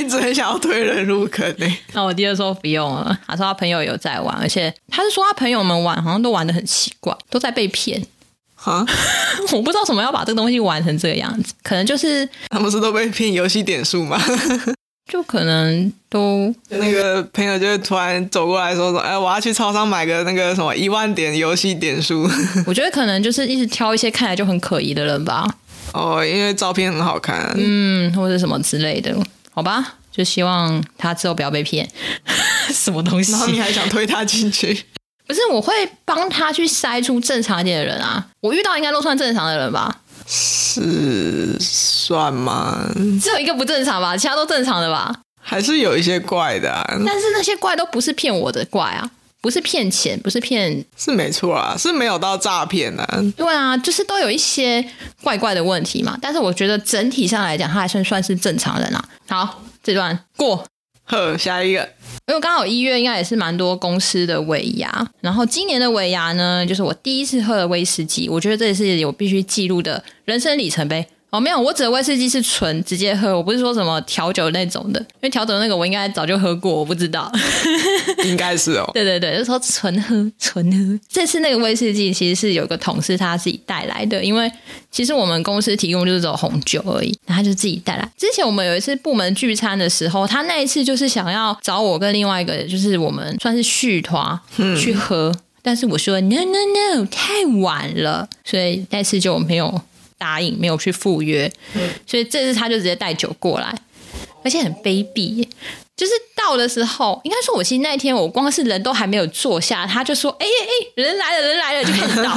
一直很想要推人入坑欸呢、那我弟就说不用了，他说他朋友有在玩，而且他是说他朋友们玩好像都玩的很奇怪，都在被骗。 啊，我不知道为什么要把这个东西玩成这个样子，可能就是他们是都被骗游戏点数吗？就可能都就那个朋友就会突然走过来说说，哎，我要去超商买个那个什么一万点游戏点数 我觉得可能就是一直挑一些看起来就很可疑的人吧，哦，因为照片很好看。嗯，或者什么之类的，好吧，就希望他之后不要被骗。 什么东西然？后你还想推他进去？不是，我会帮他去筛出正常一点的人啊。我遇到应该都算正常的人吧，是算吗？只有一个不正常吧，其他都正常的吧。还是有一些怪的、啊，但是那些怪都不是骗我的怪啊，不是骗钱，不是骗，是没错啊，是没有到诈骗啊。对啊，就是都有一些怪怪的问题嘛。但是我觉得整体上来讲，他还算算是正常人啊。好，这段过。呵，下一个，因为刚好一月应该也是蛮多公司的尾牙，然后今年的尾牙呢，就是我第一次喝了威士忌，我觉得这也是我必须记录的人生里程碑。哦，没有，我指的威士忌是纯直接喝，我不是说什么调酒那种的，因为调酒那个我应该早就喝过，我不知道。应该是 哦。对对对，就说纯 喝纯喝。这次那个威士忌其实是有个同事他自己带来的，因为其实我们公司提供就是只有红酒而已，然后他就自己带来。之前我们有一次部门聚餐的时候，他那一次就是想要找我跟另外一个就是我们算是续团、去喝，但是我说 no no no 太晚了，所以那次就没有答应，没有去赴约。所以这次他就直接带酒过来，而且很卑鄙耶。就是到的时候，应该说，我其实那一天我光是人都还没有坐下，他就说：“哎、哎哎、人来了，人来了！”就开始 倒，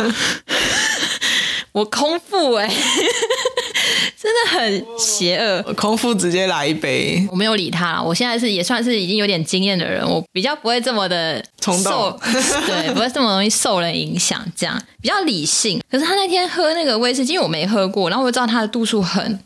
我空腹哎、真的很邪恶。空腹直接来一杯，我没有理他啦，我现在是也算是已经有点经验的人，我比较不会这么的冲动受对，不会这么容易受人影响，这样比较理性。可是他那天喝那个威士忌，因为我没喝过，然后我就知道他的度数很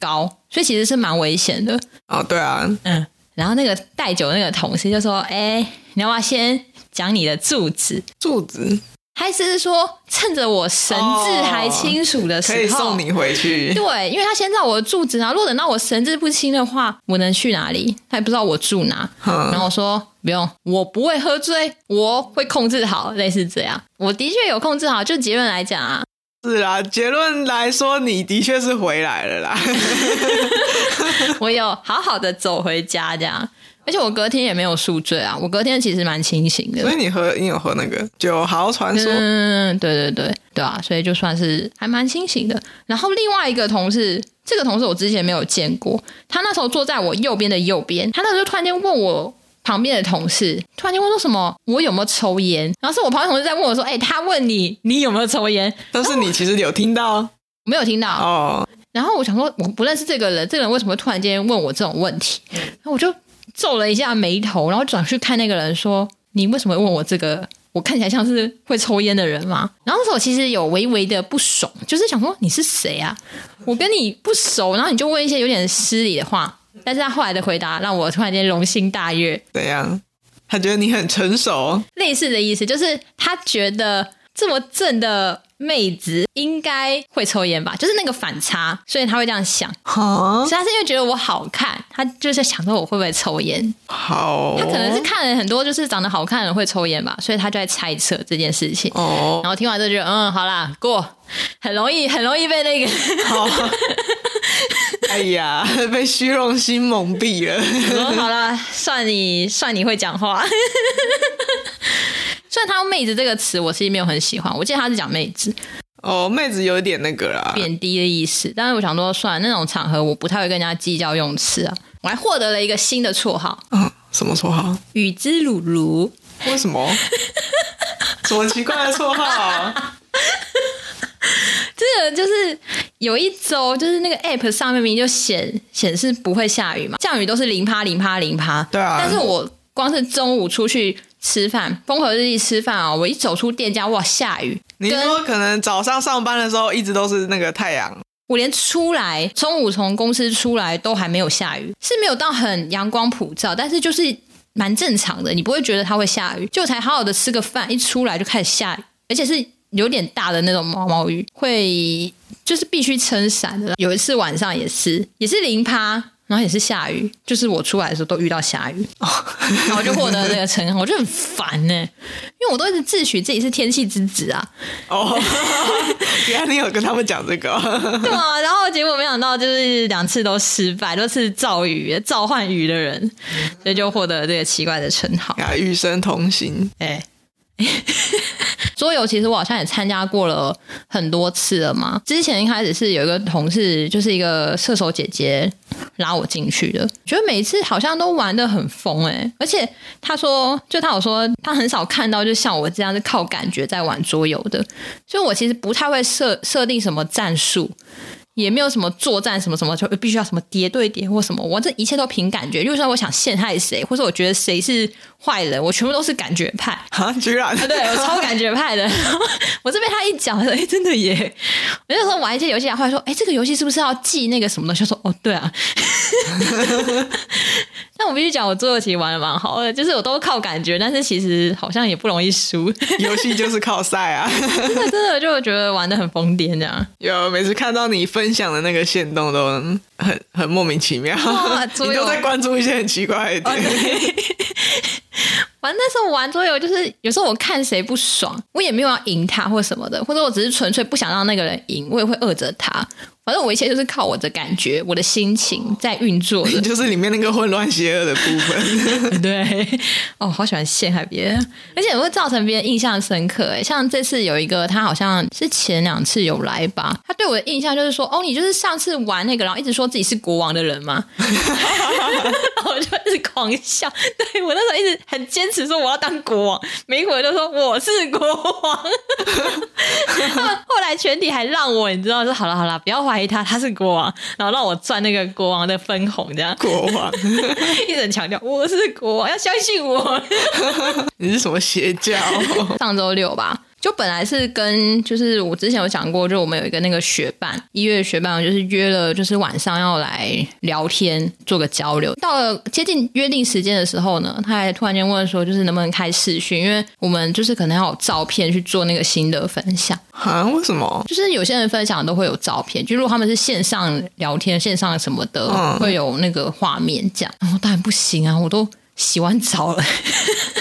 高，所以其实是蛮危险的。哦，对啊，嗯，然后那个带酒那个同事就说：“哎、你要不要先讲你的住址？柱子还是说趁着我神志还清楚的时候，哦可以送你回去。对，因为他先知道我的住址，然后如果等到我神志不清的话，我能去哪里？他也不知道我住哪。然嗯，后我说不用，我不会喝醉，我会控制好，类似这样。我的确有控制好，就结论来讲啊， 是啦，结论来说，你的确是回来了 啦。我有好好的走回家这样。而且我隔天也没有宿醉啊，我隔天其实蛮清醒的所。以你喝，你有喝那个酒豪传 说？嗯，对对对对啊，所以就算是还蛮清醒的。然后另外一个同事，这个同事我之前没有见过，他那时候坐在我右边的右边，他那时候就突然间问我。旁边的同事突然间问说什么，我有没有抽烟？然后是我旁边同事在问我说，哎、他问你你有没有抽烟？但是你其实有听到我没有听到。哦，然后我想说，我不认识这个人，这个人为什么会突然间问我这种问题？然后我就皱了一下眉头，然后转去看那个人说：“你为什么会问我这个？我看起来像是会抽烟的人吗？”然后那时候我其实有微微的不爽，就是想说你是谁啊？我跟你不熟，然后你就问一些有点失礼的话。但是他后来的回答让我突然间荣心大悦，怎样？他觉得你很成熟，类似的意思就是他觉得这么正的妹子应该会抽烟吧，就是那个反差，所以他会这样想。哈，所以他是因为觉得我好看，他就是想说我会不会抽烟。好，他可能是看了很多就是长得好看的人会抽烟吧，所以他就在猜测这件事情。哦，然后听完就觉得，嗯，好啦，过，很容易，很容易被那个好，哎呀，被虚荣心蒙蔽了。我说好啦，算你算你会讲话。 虽然他用“妹子”这个词，我其实没有很喜欢。我记得他是讲“妹子哦，妹子有一点那个”啦，贬低的意思，但是我想说，算了那种场合，我不太会跟人家计较用词啊。我还获得了一个新的绰号嗯，什么绰号？ “雨之鲁鲁”。为什么？什么奇怪的绰 号？这个就是有一周，就是那个 app 上面明明就显显示不会下雨嘛，降雨都是零趴零趴零趴。对啊但是我光是中午出去吃饭，风和日丽吃饭啊、我一走出店家，哇，下雨！你说可能早上上班的时候一直都是那个太阳，我连出来，中午从公司出来都还没有下雨，是没有到很阳光普照，但是就是蛮正常的，你不会觉得它会下雨。就才好好的吃个饭，一出来就开始下雨，而且是有点大的那种毛毛雨，会就是必须撑伞的。有一次晚上也是，也是零趴。然后也是下雨，就是我出来的时候都遇到下雨，然后我就获得了这个称号，我就很烦呢、因为我都一直自诩自己是天气之子啊，哦， 原来你有跟他们讲这个 哦， 对啊，然后结果没想到就是两次都失败，都是造雨、召唤雨的人，所以就获得了这个奇怪的称号。啊，与生同行， 哎、 桌游其实我好像也参加过了很多次了嘛。之前一开始是有一个同事，就是一个射手姐姐拉我进去的，觉得每次好像都玩的很疯哎、而且她说，就她有说，她很少看到就像我这样是靠感觉在玩桌游的，所以我其实不太会设设定什么战术。也没有什么作战什么什么，就必须要什么叠对叠或什么，我这一切都凭感觉。就算我想陷害谁，或者我觉得谁是坏人，我全部都是感觉派。啊，居然对 我超感觉派的。 我这边他一讲，哎、诶真的耶！我那时候玩一些游戏，然后来说，哎、这个游戏是不是要记那个什么东西？我说，哦，对啊。 但我必须讲，我桌游其实玩的蛮好的，就是我都靠感觉，但是其实好像也不容易输， 游戏就是靠赛啊！ 真的真的就觉得玩的很疯癫这样。有每次看到你分享的那个线动都很很莫名其妙， 哇哦你桌游都在关注一些很奇怪的点。玩那时候玩桌游，就是有时候我看谁不爽，我也没有要赢他或什么的，或者我只是纯粹不想让那个人赢，我也会饿着他。反正我一切就是靠我的感觉、我的心情在运作的你。就是里面那个混乱邪恶的部分， 对，哦，好喜欢陷害别人，而且也会造成别人印象深刻。哎，像这次有一个，他好像是前两次有来吧，他对我的印象就是说，哦，你就是上次玩那个，然后一直说自己是国王的人嘛， 然后我就一直狂笑。对我那时候一直很坚持说我要当国王，每一回都说我是国王。 他们后来全体还让我，你知道，说好了好了，不要怀疑他，他是国王，然后让我赚那个国王的分红，这样。国王， 一直很强调我是国王，要相信我。你是什么邪教？ 上周六吧，就本来是跟就是我之前有讲过，就我们有一个那个学伴，一月学伴，就是约了，就是晚上要来聊天，做个交流。到了接近约定时间的时候呢，他还突然间问说，就是能不能开视讯，因为我们就是可能要有照片去做那个新的分享。啊？为什么？就是有些人分享都会有照片，就如果他们是线上聊天、线上什么的，嗯会有那个画面这样。然后当然不行啊，我都洗完澡了，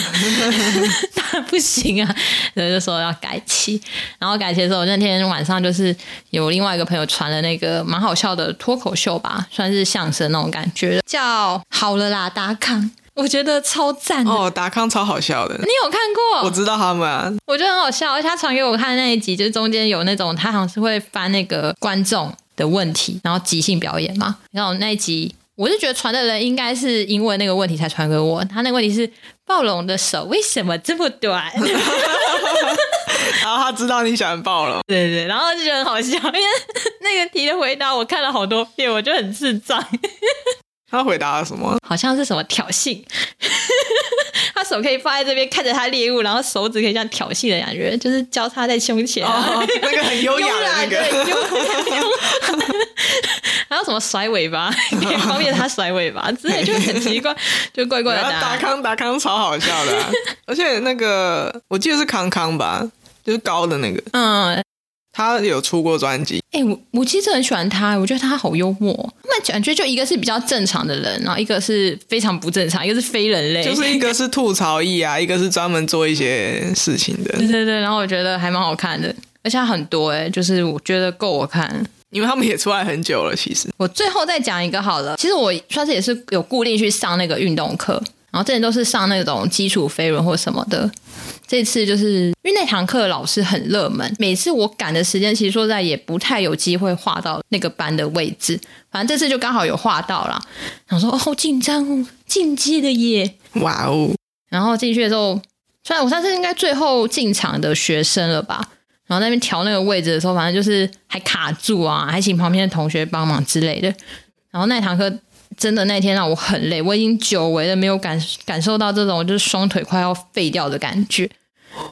当然不行啊，然后就说要改期。然后改期的时候，那天晚上就是有另外一个朋友传了那个蛮好笑的脱口秀吧，算是相声那种感觉，叫“好了啦，达康”，我觉得超赞的。哦，达康超好笑的，你有看过？我知道他们啊，我觉得很好笑，而且他传给我看的那一集，就是中间有那种他好像是会翻那个观众的问题，然后即兴表演嘛。然后那一集，我是觉得传的人应该是因为那个问题才传给我。他那个问题是暴龙的手为什么这么短？然后他知道你喜欢暴龙，对对，然后就觉得很好笑，因为那个题的回答我看了好多遍，我就很智障，他回答了什 么？好像是什么挑衅。 他手可以放在这边看着他猎物，然后手指可以这样挑衅的感觉，就是交叉在胸前啊、哦，那个很优雅的 那慵懒个，对慵慵懒 还有什么甩尾 巴，可以方便他甩尾巴之类，就很奇怪， 就怪怪的啊然后答达案。康达康超好笑的啊、 而且那个我记得是康康吧，就是高的那个，嗯，哎、他有出过专辑，我我其实很喜欢他，我觉得他好幽默。哦那感觉就一个是比较正常的人，然后一个是非常不正常，一个是非人类，就是一个是吐槽艺啊，一个是专门做一些事情的 对，对对。然后我觉得还蛮好看的，而且它很多哎、就是我觉得够我看。因为他们也出来很久了，其实我最后再讲一个好了，其实我算是也是有固定去上那个运动课，然后之前都是上那种基础飞轮或什么的。这次就是因为那堂课老师很热门，每次我赶的时间其实说实在也不太有机会画到那个班的位置，反正这次就刚好有画到啦。想说哦，好紧张哦，进阶的耶。哇哦，然后进去的时候，虽然我上次应该最后进场的学生了吧，然后在那边调那个位置的时候，反正就是还卡住啊，还请旁边的同学帮忙之类的。然后那堂课真的那天让我很累，我已经久违的没有感感受到这种就是双腿快要废掉的感觉，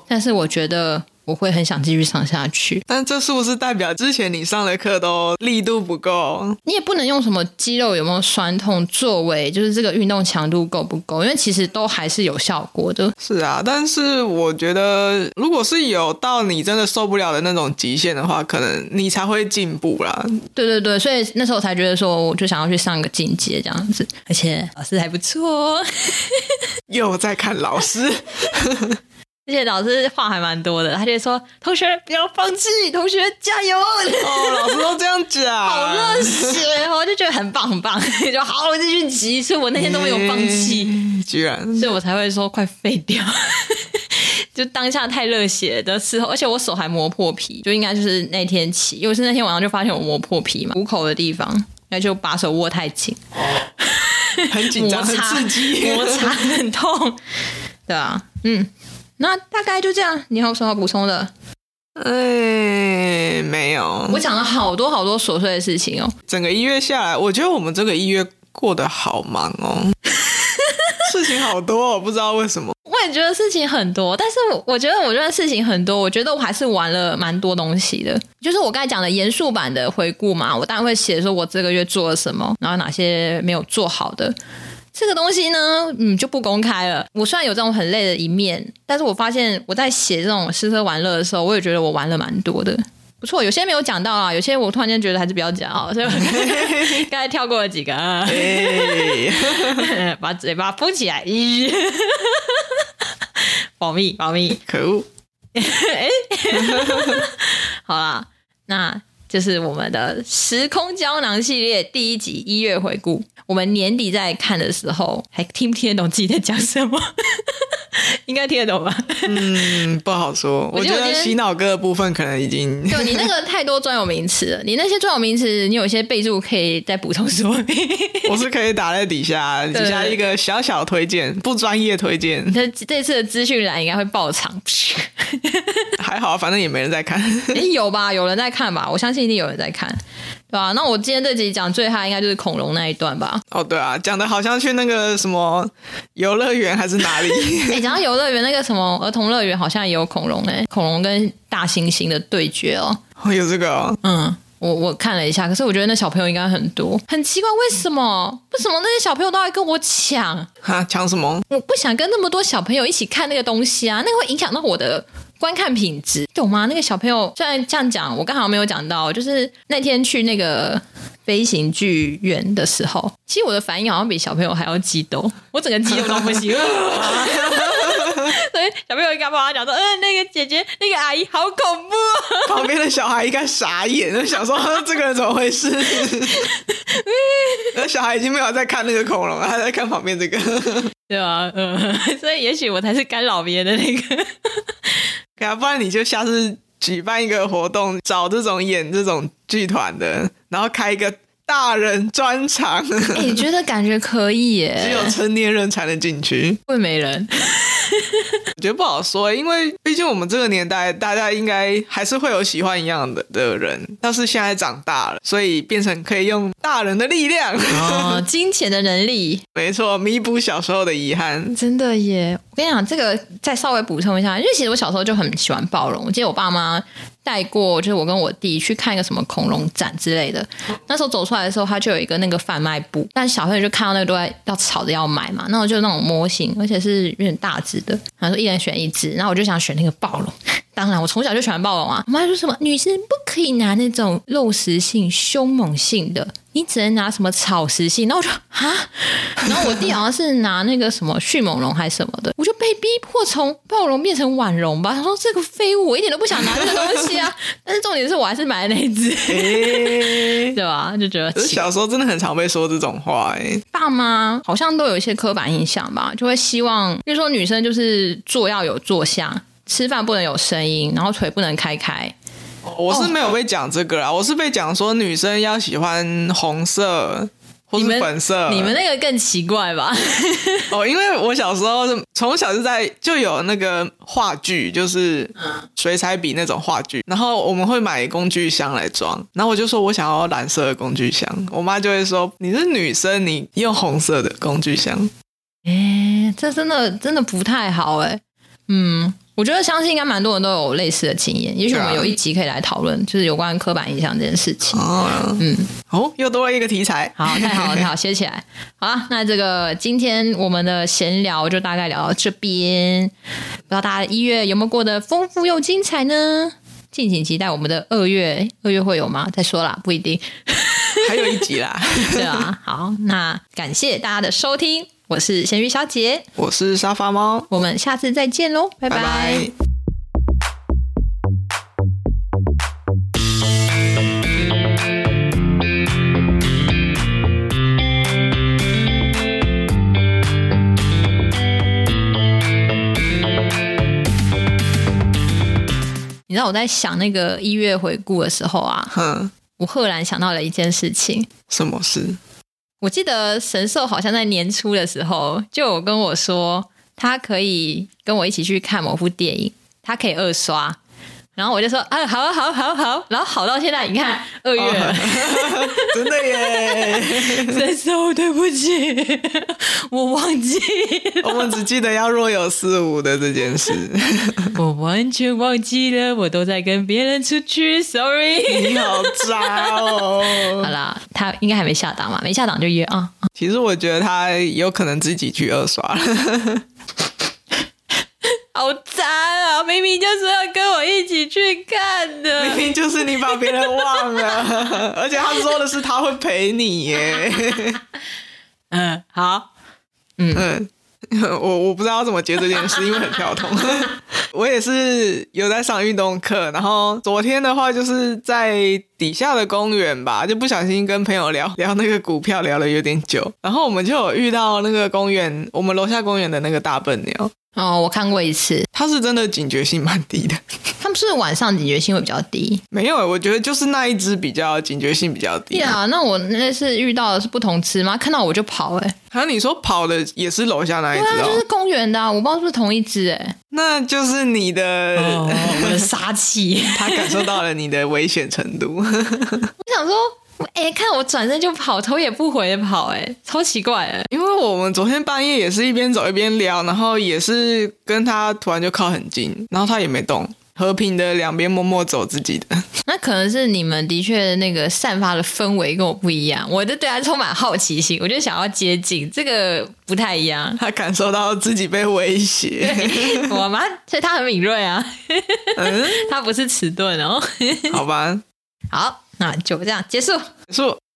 但是我觉得我会很想继续上下去。但这是不是代表之前你上的课都力度不够？你也不能用什么肌肉有没有酸痛作为就是这个运动强度够不够，因为其实都还是有效果的。是啊，但是我觉得，如果是有到你真的受不了的那种极限的话，可能你才会进步啦。对对对，所以那时候我才觉得说，我就想要去上个进阶这样子，而且老师还不错、哦，又在看老师，而且老师话还蛮多的，他就说：“同学不要放弃，同学加油 哦，老师都这样！” 讲，好热血哦，我就觉得很棒很棒，就好，我继续急，所以我那天都没有放弃，嗯， 居然所以我才会说快废掉。 就当下太热血的时候，而且我手还磨破皮，就应该就是那天起，因为是那天晚上就发现我磨破皮嘛，虎口的地方，那就把手握太紧，很紧张，摩很擦刺激，摩擦很痛，对啊，嗯，那大概就这样。你还有什么要补充的？ 哎，没有，我讲了好多好多琐碎的事情哦。整个一月下来，我觉得我们这个一月过得好忙 哦，事情好多、哦，不知道为什么。我也觉得事情很多，但是我我觉得我觉得事情很多，我觉得我还是玩了蛮多东西的。就是我刚才讲的严肃版的回顾嘛，我当然会写说我这个月做了什么，然后哪些没有做好的。这个东西呢，嗯，就不公开了。我虽然有这种很累的一面，但是我发现我在写这种吃喝玩乐的时候，我也觉得我玩了蛮多的，不错。有些没有讲到啊，有些我突然间觉得还是比较讲好，所以我刚才 跳过了几个啊。哎， 把嘴巴封起来， 咦保密保密。可恶！好啦，那就是我们的时空胶囊系列第一集一月回顾。我们年底在看的时候，还听不听得懂自己在讲什么？ 应该听得懂吧？嗯，不好说。我我觉觉得得洗脑歌的部分可能 已经啊就你那个太多专有名词了，你那些专有名词，你有一些备注可以再补充说明。 我是可以打在底下，底下一个小小推荐，不专业推荐，这这次的资讯栏应该会爆场，还好，反正也没人在看。 诶，有吧？有人在看吧？我相信一定有人在看。对啊，那我今天这集讲最嗨应该就是恐龙那一段吧。哦，对啊，讲的好像去那个什么游乐园还是哪里， 哎、讲到游乐园那个什么儿童乐园，好像也有恐龙哎、恐龙跟大猩猩的对决哦。哦有这个、哦，嗯，我我看了一下，可是我觉得那小朋友应该很多，很奇怪，为什么？为什么那些小朋友都要跟我抢？哈，抢什么？我不想跟那么多小朋友一起看那个东西啊，那个会影响到我的。观看品质懂吗？那个小朋友虽然这样讲，我刚好没有讲到，就是那天去那个飞行剧院的时候，其实我的反应好像比小朋友还要激动，我整个激动到不 行。所以小朋友应该帮他讲说：“嗯、那个姐姐，那个阿姨好恐怖、哦。”旁边的小孩应该傻眼， 就想说、啊、这个人怎么回事？那小孩已经没有在看那个恐龙了，他在看旁边这个。 对吧？嗯， 所以也许我才是干扰别人的那个。对啊，不然你就下次举办一个活动，找这种演这种剧团的，然后开一个大人专场， 哎、你觉得感觉可以只耶？有成年人才能进去。 会没人？我觉得不好说，因为毕竟我们这个年代，大家应该还是会有喜欢一样的的人，但是现在长大了，所以变成可以用大人的力量， 哦， 金钱的能力，没错，弥补小时候的遗憾。真的耶！我跟你讲，这个再稍微补充一下，因为其实我小时候就很喜欢暴龙。我记得我爸妈带过，就是我跟我弟去看一个什么恐龙展之类的。那时候走出来的时候，他就有一个那个贩卖部，但小朋友就看到那个都在要吵着要买嘛。那我就那种模型，而且是有点大只的，然后说一人选一只，然后我就想选那个暴龙。 当然，我从小就喜欢暴龙啊。我妈就说什么女生不可以拿那种肉食性、凶猛性的，你只能拿什么草食性。然后我就啊，然后我弟好像是拿那个什么迅猛龙还是什么的，我就被逼迫从暴龙变成婉龙吧。他说这个废物，我一点都不想拿这个东西啊。但是重点是我还是买了那一只， 诶对吧？就觉得可是奇小时候真的很常被说这种话、诶爸妈好像都有一些刻板印象吧，就会希望，比如说女生就是坐要有坐相，吃饭不能有声音，然后腿不能开开。我是没有被讲这哦个啦，我是被讲说女生要喜欢红色或是你们粉色。你们那个更奇怪吧？哦，因为我小时候是从小就在就有那个话剧，就是嗯水彩笔那种话剧，然后我们会买工具箱来装，然后我就说我想要蓝色的工具箱，我妈就会说你是女生，你用红色的工具箱。哎、这真的真的不太好哎、嗯，我觉得相信应该蛮多人都有类似的经验，也许我们对啊有一集可以来讨论，就是有关刻板印象这件事情。哦，嗯，哦，又多了一个题材，好，太好了，太好，写起来。好啊，那这个今天我们的闲聊就大概聊到这边，不知道大家一月有没有过得丰富又精彩呢？敬请期待我们的二月，诶二月会有吗？再说啦，不一定， 还有一集啦。对啊。好，那感谢大家的收听，我是咸鱼小姐， 我是沙发猫，我们下次再见喽，拜拜拜你知道我在想那个一月回顾的时候啊，哼，我赫然想到了一件事情。什么事？我记得神兽好像在年初的时候就有跟我说，他可以跟我一起去看某部电影，他可以二刷。然后我就说啊，好啊，好啊好啊好啊，然后好到现在，你看二哦月了， 真的耶！ 神兽，对不起，我忘记，我们只记得要若有似无的这件事。我完全忘记了，我都在跟别人出去，sorry。你好渣好哦！啦，他应该还没下档嘛，没下档就约啊。其实我觉得他有可能自己去二刷 了。好渣啊！明明就是要跟我一起去看的， 明明就是你把别人忘 了，而且他说的是他会陪你耶。嗯，好， 嗯，我我不知道怎么接这件事，因为很跳痛。 我也是有在上运动课，然后昨天的话就是在底下的公园吧，就不小心跟朋友聊聊那个股票，聊了有点久，然后我们就有遇到那个公园，我们楼下公园的那个大笨鸟，哦，我看过一次，它是真的警觉性蛮低的。他们是不是晚上警觉性会比较低。没有，欸我觉得就是那一只比较警觉性比较低。对啊，那我那次遇到的是不同吃吗？看到我就跑、欸，还有你说跑的也是楼下那一对啊，只哦，就是公园的、啊，我不知道是不是同一只、欸，那就是你的，哦我的杀气，他感受到了你的危险程 度。我想说。哎、看我转身就跑，头也不回的跑、哎，超奇怪哎、因为我们昨天半夜也是一边走一边聊，然后也是跟他突然就靠很近，然后他也没动，和平的两边默默走自己的。。那可能是你们的确那个散发的氛围跟我不一样，我就对他充满好奇心，我就想要接近，这个不太一样他感受到自己被威胁， 我妈，所以他很敏锐啊，嗯，他不是迟钝哦。好吧，好，那就这样结束。结束。